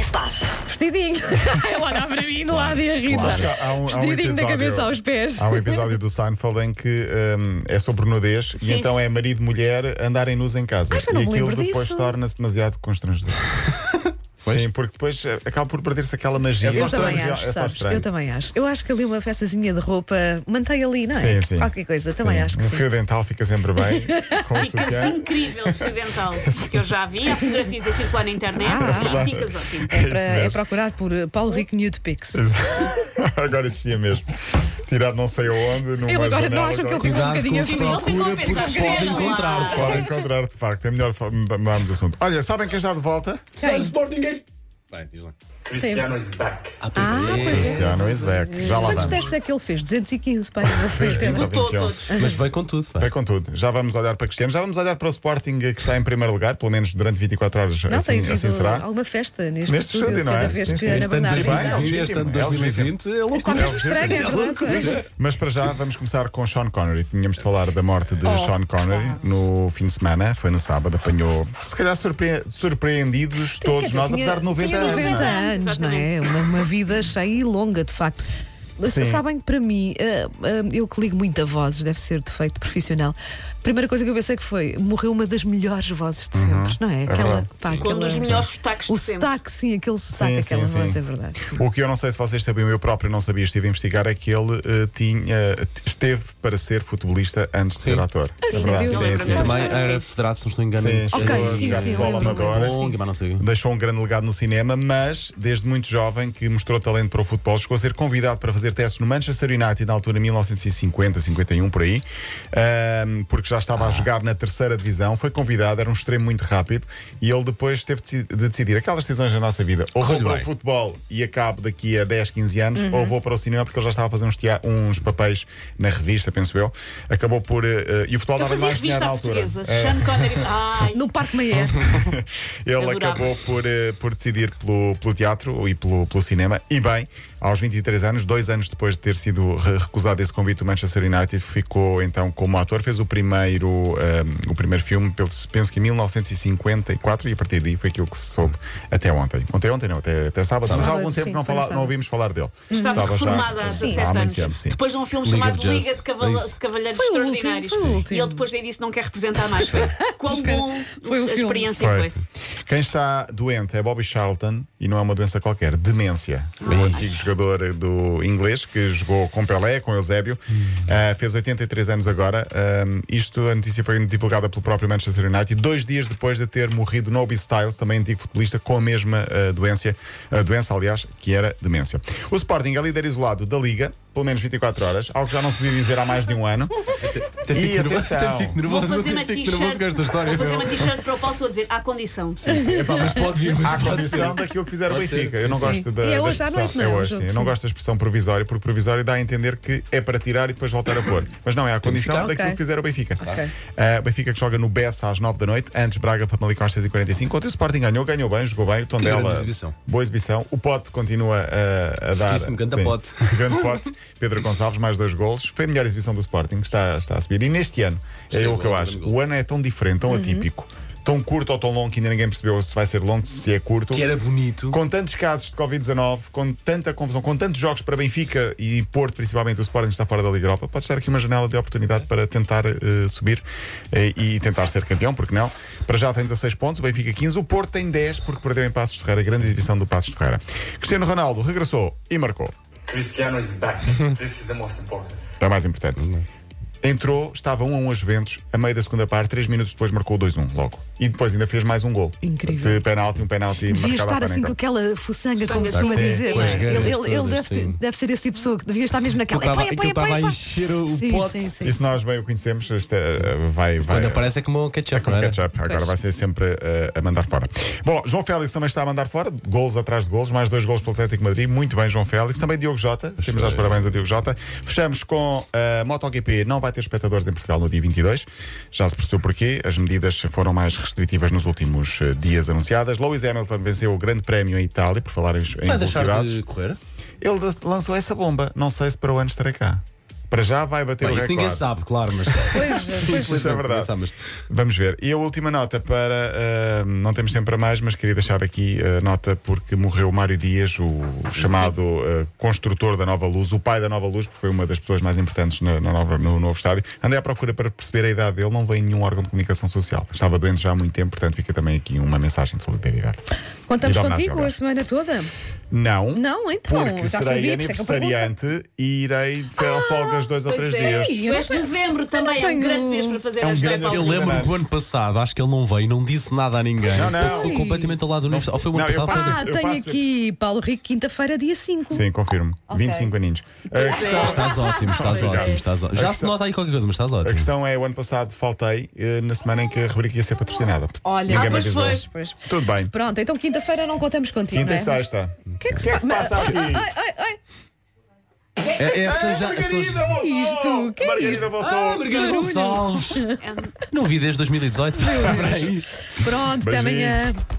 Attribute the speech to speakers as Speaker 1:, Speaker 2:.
Speaker 1: Espaço.
Speaker 2: Vestidinho. Ela olhava para mim do lado e a rir.
Speaker 3: Claro. Há um- há um
Speaker 2: Vestidinho da
Speaker 3: episódio-
Speaker 2: cabeça aos pés.
Speaker 3: Há um episódio do Seinfeld em que hum, é sobre nudez e então é marido e mulher andarem nus em casa.
Speaker 2: Ah, já não
Speaker 3: e
Speaker 2: me
Speaker 3: aquilo
Speaker 2: lembro
Speaker 3: depois
Speaker 2: disso.
Speaker 3: torna-se demasiado constrangedor. Sim, porque depois eh, acaba por perder-se aquela magia.
Speaker 2: Eu também
Speaker 3: É
Speaker 2: acho,
Speaker 3: só
Speaker 2: sabes?
Speaker 3: estranho.
Speaker 2: Eu também acho. Eu acho que ali uma peçazinha de roupa mantém ali, não é?
Speaker 3: Sim, sim.
Speaker 2: Qualquer coisa, também
Speaker 3: Sim,
Speaker 2: acho que
Speaker 3: um
Speaker 2: sim. assim.
Speaker 3: fio dental fica sempre bem. com o sutiã.
Speaker 1: Incrível fio dental. que eu já vi, há fotografias assim a circular na internet
Speaker 3: Ah.
Speaker 1: e ficas ótimo.
Speaker 3: É isso
Speaker 2: Para- é
Speaker 3: mesmo.
Speaker 2: procurar por eh, Paulo Rico Nude Pics.
Speaker 3: Agora existia mesmo. Tirado não sei aonde, numa
Speaker 2: Eu agora não
Speaker 3: janela,
Speaker 2: acho que ele
Speaker 3: qualquer-
Speaker 2: ficou um
Speaker 4: Cuidado com
Speaker 2: bocadinho
Speaker 4: a
Speaker 2: afim.
Speaker 1: afinal ficou a
Speaker 4: procura porque
Speaker 1: pensar que
Speaker 4: pode
Speaker 1: era lá.
Speaker 4: encontrar-te.
Speaker 3: Pode encontrar, de facto. É melhor fa- mudarmos de assunto. Olha, sabem quem está de volta?
Speaker 5: Sporting
Speaker 2: Teve.
Speaker 6: is back.
Speaker 4: Ah, pois
Speaker 2: Ah, pois é.
Speaker 3: Já não is back. Já lá
Speaker 2: Quantos
Speaker 3: vamos.
Speaker 2: testes é que ele fez? 215, pai. Ele fez, Pedro.
Speaker 3: Ou 21.
Speaker 1: todos.
Speaker 4: Mas veio com tudo. pá.
Speaker 3: Vai com tudo. Já vamos olhar para Cristiano, já vamos olhar para o Sporting eh, que está em primeiro lugar, pelo menos durante 24 horas.
Speaker 2: Não,
Speaker 3: assim,
Speaker 2: tem havido
Speaker 3: assim será.
Speaker 2: alguma festa neste,
Speaker 3: Neste
Speaker 2: estúdio,
Speaker 3: estúdio, não
Speaker 2: cada
Speaker 3: é?
Speaker 2: vez
Speaker 3: Sim,
Speaker 2: que
Speaker 3: sim.
Speaker 2: Ana
Speaker 4: Este ano
Speaker 2: Bernardo
Speaker 3: bem, é
Speaker 4: 2020,
Speaker 3: legítimo,
Speaker 4: este
Speaker 3: é legítimo.
Speaker 4: ano
Speaker 3: um
Speaker 4: 2020 é
Speaker 2: Está
Speaker 4: loucura.
Speaker 2: mesmo estranho, é verdade.
Speaker 3: Mas para já vamos começar com Sean Connery. Tínhamos de falar da morte de
Speaker 2: Oh,
Speaker 3: Sean Connery no fim de semana, foi no sábado, apanhou. Se calhar surpre- surpreendidos
Speaker 2: Quer
Speaker 3: todos
Speaker 2: dizer,
Speaker 3: nós,
Speaker 2: tinha-
Speaker 3: apesar de 90
Speaker 2: tinha
Speaker 3: anos. não
Speaker 2: 90
Speaker 3: é?
Speaker 2: anos, não é? Uma, uma vida cheia e longa, de facto. Mas
Speaker 3: Sim.
Speaker 2: sabem que para mim, ah, ah, eu que ligo muito a vozes, deve ser defeito profissional. Primeira coisa que eu pensei que foi: morreu uma das melhores vozes de sempre, não é? Aquela,
Speaker 3: verdade.
Speaker 2: pá,
Speaker 1: Com um dos
Speaker 2: aquela
Speaker 1: melhores sotaques
Speaker 2: o
Speaker 1: de sempre.
Speaker 2: sotaque, sim, aquele sotaque,
Speaker 3: Sim, sim,
Speaker 2: aquela
Speaker 3: sim.
Speaker 2: voz, é verdade. sim.
Speaker 3: O que eu não sei se vocês sabiam, eu próprio não sabia, estive a investigar, é que ele eh, tinha, t- esteve para ser futebolista antes de
Speaker 4: Sim.
Speaker 3: ser ator. É
Speaker 2: sério? Eu
Speaker 3: Sim,
Speaker 1: lembro-me
Speaker 3: sim.
Speaker 1: dessa.
Speaker 4: Também era federado, se não estou enganado.
Speaker 3: Sim,
Speaker 2: Ok,
Speaker 3: chegou a
Speaker 2: sim,
Speaker 3: jogar
Speaker 2: sim,
Speaker 3: futebol
Speaker 2: lembro-me,
Speaker 3: amador.
Speaker 2: lembro-me, sim.
Speaker 4: mas não sei. o quê.
Speaker 3: Deixou um grande legado no cinema, mas desde muito jovem que mostrou talento para o futebol, chegou a ser convidado para fazer testes no Manchester United na altura de 1950, 51 por aí, ahm, porque já estava
Speaker 1: Ah.
Speaker 3: a jogar na terceira divisão. Foi convidado, era um extremo muito rápido e ele depois teve de deci- de decidir aquelas decisões da nossa vida. Ou vou
Speaker 4: Correu-lhe
Speaker 3: para o
Speaker 4: bem.
Speaker 3: futebol e acabo daqui a 10, 15 anos,
Speaker 1: Uhum.
Speaker 3: ou vou para o cinema porque ele já estava a fazer uns, tea- uns papéis na revista, penso eu. Acabou por. eh, eh, e o futebol
Speaker 1: Eu
Speaker 3: dava
Speaker 1: fazia
Speaker 3: mais
Speaker 1: revista
Speaker 3: dinheiro na
Speaker 1: à
Speaker 3: altura.
Speaker 1: portuguesa.
Speaker 3: É.
Speaker 1: Sean Connery. Ai,
Speaker 2: No Parque Maia.
Speaker 3: Ele
Speaker 1: Adorava.
Speaker 3: acabou por, eh, por decidir pelo, pelo teatro e pelo, pelo cinema. E bem, aos 23 anos, dois anos depois de ter sido re- recusado esse convite do Manchester United, ficou então como ator. Fez o primeiro, ehm, o primeiro filme, penso penso que em 1954, e a partir daí foi aquilo que se soube até ontem. Ontem, ontem não, até, até sábado. Mas já há algum
Speaker 2: Sábado,
Speaker 3: tempo
Speaker 2: sim,
Speaker 3: que não,
Speaker 2: foi
Speaker 3: fala-
Speaker 2: no sábado.
Speaker 3: não ouvimos falar dele.
Speaker 1: estava reformada
Speaker 3: já,
Speaker 1: há
Speaker 3: há
Speaker 1: 17
Speaker 3: muito
Speaker 1: anos.
Speaker 3: tempo, sim.
Speaker 1: Depois de um filme
Speaker 4: League
Speaker 1: chamado
Speaker 4: of Justice.
Speaker 1: Liga de Cavala-
Speaker 4: É isso.
Speaker 1: de Cavalheiros
Speaker 2: Foi o último,
Speaker 1: Extraordinários.
Speaker 2: foi o último.
Speaker 1: E ele depois daí disso não quer representar mais. Foi. Quão bom
Speaker 2: Foi o
Speaker 1: a
Speaker 2: filme.
Speaker 1: experiência foi.
Speaker 3: Perfeito. Quem está doente é Bobby Charlton e não é uma doença qualquer, demência. O antigo jogador do inglês que jogou com Pelé, com Eusébio, ah, fez 83 anos agora. Ahm, isto, a notícia foi divulgada pelo próprio Manchester United dois dias depois de ter morrido Noby Styles, também antigo futebolista, com a mesma ah, doença, a doença, aliás, que era demência. O Sporting é líder isolado da Liga, pelo menos 24 horas, algo que já não se podia dizer há mais de um ano.
Speaker 4: Até
Speaker 3: E
Speaker 4: fico nervoso,
Speaker 3: atenção.
Speaker 4: até fico
Speaker 1: Vou
Speaker 4: nervoso,
Speaker 1: fazer
Speaker 4: até
Speaker 1: uma
Speaker 4: fico nervoso com esta
Speaker 1: t-shirt.
Speaker 4: história.
Speaker 1: Vou fazer
Speaker 4: meu.
Speaker 1: uma t-shirt para o Paulo, sou a dizer à condição.
Speaker 4: Epá, mas pode vir, mas
Speaker 3: à
Speaker 4: pode
Speaker 3: condição
Speaker 4: ser.
Speaker 3: daquilo que fizeram o
Speaker 4: Pode ser,
Speaker 3: Benfica.
Speaker 4: sim,
Speaker 3: Eu não
Speaker 4: sim.
Speaker 3: gosto da,
Speaker 2: E é
Speaker 3: da
Speaker 2: hoje à
Speaker 3: expressão.
Speaker 2: noite, não é?
Speaker 3: é
Speaker 2: Um
Speaker 3: hoje,
Speaker 2: jogo,
Speaker 3: sim. Eu não
Speaker 2: sim.
Speaker 3: gosto da expressão provisório, porque provisório dá a entender que é para tirar e depois voltar a pôr. Mas não, é à condição
Speaker 4: ficar.
Speaker 3: daquilo
Speaker 2: Ok.
Speaker 3: que fizeram o Benfica.
Speaker 2: Ok.
Speaker 3: Ah, O Benfica que joga no Bessa às 9 da noite, antes Braga, Famalicão às 6h45. Ontem o Sporting ganhou, ganhou bem, jogou bem. O Tondela,
Speaker 4: grande exibição.
Speaker 3: boa exibição. O Pote continua a, a dar.
Speaker 4: Fortíssimo, grande
Speaker 3: sim.
Speaker 4: Pote.
Speaker 3: Grande Pote. Pedro Gonçalves, mais dois golos. Foi a melhor exibição do Sporting, está, está a subir. E neste ano, é
Speaker 4: Sim, um
Speaker 3: o que eu
Speaker 4: grande
Speaker 3: acho.
Speaker 4: gol.
Speaker 3: O ano é tão diferente, tão atípico. Tão curto ou tão longo que ainda ninguém percebeu se vai ser longo, se é curto
Speaker 4: Que era bonito.
Speaker 3: com tantos casos de Covid-19, com tanta confusão, com tantos jogos para Benfica e Porto, principalmente o Sporting está fora da Liga Europa, pode estar aqui uma janela de oportunidade para tentar eh, subir eh, e tentar ser campeão, porque não? Para já tem 16 pontos, o Benfica 15, o Porto tem 10 porque perdeu em Passos de Ferreira, grande exibição do Passos de Ferreira. Cristiano Ronaldo regressou e marcou.
Speaker 6: Cristiano is back. this is the most important.
Speaker 3: É o mais importante. Entrou, estava 1 a 1 a Juventus, a meio da segunda parte, 3 minutos depois marcou o 2-1 logo. E depois ainda fez mais um gol.
Speaker 2: Incrível.
Speaker 3: De penalti, um penalti
Speaker 2: Devia
Speaker 3: marcado à
Speaker 2: estar assim
Speaker 3: panenca.
Speaker 2: com aquela fuçanga, como
Speaker 1: Sim,
Speaker 2: costuma
Speaker 4: sim,
Speaker 2: dizer.
Speaker 4: com
Speaker 2: não é?
Speaker 4: as
Speaker 2: Ele,
Speaker 4: garas
Speaker 2: ele- ele
Speaker 4: todas,
Speaker 2: deve, ter-
Speaker 4: sim.
Speaker 2: deve ser esse tipo de pessoa que devia estar mesmo naquela.
Speaker 4: Aquilo tava-
Speaker 2: Apoia,
Speaker 4: aquilo
Speaker 2: apoia,
Speaker 4: estava a
Speaker 2: apoia, apoia.
Speaker 4: encher o
Speaker 2: Sim,
Speaker 4: pote.
Speaker 2: sim, sim.
Speaker 3: E se nós bem o conhecemos, este, eh, vai, vai.
Speaker 4: Quando aparece é como um ketchup,
Speaker 3: Com
Speaker 4: não era?
Speaker 3: ketchup, agora
Speaker 2: Pois.
Speaker 3: vai ser sempre eh, a mandar fora. Bom, João Félix também está a mandar fora, gols atrás de gols, mais dois gols pelo Atlético de Madrid, muito bem, João Félix. Também Diogo Jota, temos
Speaker 4: é.
Speaker 3: já os parabéns a Diogo Jota. Fechamos com a MotoGP, não vai ter espectadores em Portugal no dia 22, já se percebeu porquê, as medidas foram mais restritivas nos últimos eh, dias anunciadas. Lewis Hamilton venceu o Grande Prémio em Itália, por falar em, em
Speaker 4: Vai deixar
Speaker 3: velocidades.
Speaker 4: de correr?
Speaker 3: Ele lançou essa bomba, não sei se para o ano estarei cá. Para já vai bater
Speaker 4: Bem,
Speaker 3: o
Speaker 4: isso
Speaker 3: recorde.
Speaker 4: ninguém sabe, claro, mas.
Speaker 2: Pois, pois.
Speaker 3: Isso é verdade.
Speaker 4: Ninguém sabe, mas-
Speaker 3: Vamos ver. E a última nota para. ah, não temos tempo para mais, mas queria deixar aqui a nota porque morreu o Mário Dias, o chamado ah, construtor da Nova Luz, o pai da Nova Luz, porque foi uma das pessoas mais importantes na, na nova- no novo estádio. Andei à procura para perceber a idade dele, não veio em nenhum órgão de comunicação social. Estava doente já há muito tempo, portanto fica também aqui uma mensagem de solidariedade.
Speaker 2: Contamos
Speaker 3: E de homenagem ao
Speaker 2: contigo a
Speaker 3: gajo.
Speaker 2: semana toda?
Speaker 3: Não.
Speaker 2: Não, então,
Speaker 3: Porque
Speaker 2: já sabia,
Speaker 3: serei
Speaker 2: por isso é Ah, que eu
Speaker 3: aniversariante e irei de férias folgas dois ou três
Speaker 1: Pois é,
Speaker 3: dias.
Speaker 2: Eu não
Speaker 1: Este
Speaker 2: tenho-
Speaker 1: novembro também é um
Speaker 2: tenho-
Speaker 1: grande mês para fazer
Speaker 3: É um
Speaker 1: as
Speaker 3: grande-
Speaker 1: Paulo?
Speaker 3: Eu
Speaker 4: Eu lembro que o ano passado, acho que ele não veio, não disse nada a ninguém.
Speaker 3: Não, não.
Speaker 4: Passou completamente ao lado do aniversário. Ou foi o ano
Speaker 3: Não, eu
Speaker 4: passado?
Speaker 3: passo-
Speaker 4: foi-
Speaker 2: Ah,
Speaker 3: é, eu
Speaker 2: tenho
Speaker 3: passo-
Speaker 2: aqui Paulo Rico, quinta-feira, dia 5.
Speaker 3: Sim, confirmo. 25 aninhos. A questão,
Speaker 4: Estás ótimo, estás
Speaker 1: Pois é.
Speaker 4: ótimo, estás ótimo. Já se
Speaker 3: questão-
Speaker 4: nota aí qualquer coisa, mas estás
Speaker 3: a
Speaker 4: ótimo.
Speaker 3: questão é: o ano passado faltei eh, na semana em que a rubrica ia ser patrocinada.
Speaker 2: Olha,
Speaker 3: Ninguém
Speaker 1: Ah,
Speaker 3: me
Speaker 1: pois
Speaker 3: avisou.
Speaker 1: foi.
Speaker 2: Pois.
Speaker 3: Tudo bem.
Speaker 2: Pronto, então quinta-feira não contamos contigo.
Speaker 3: Quinta e
Speaker 2: não é?
Speaker 3: sexta. O
Speaker 2: que é que se
Speaker 3: passa aqui?
Speaker 2: Ai, ai,
Speaker 4: É, essa já.
Speaker 3: Margarida
Speaker 4: Essa...
Speaker 3: voltou!
Speaker 2: Isto, que é
Speaker 3: Margarida
Speaker 2: isto?
Speaker 3: voltou!
Speaker 4: Ah, Margarida
Speaker 2: Barulho.
Speaker 4: Gonçalves! Não vi desde 2018. Peraí.
Speaker 2: ai. Pronto, até
Speaker 3: Beijinhos.
Speaker 2: amanhã.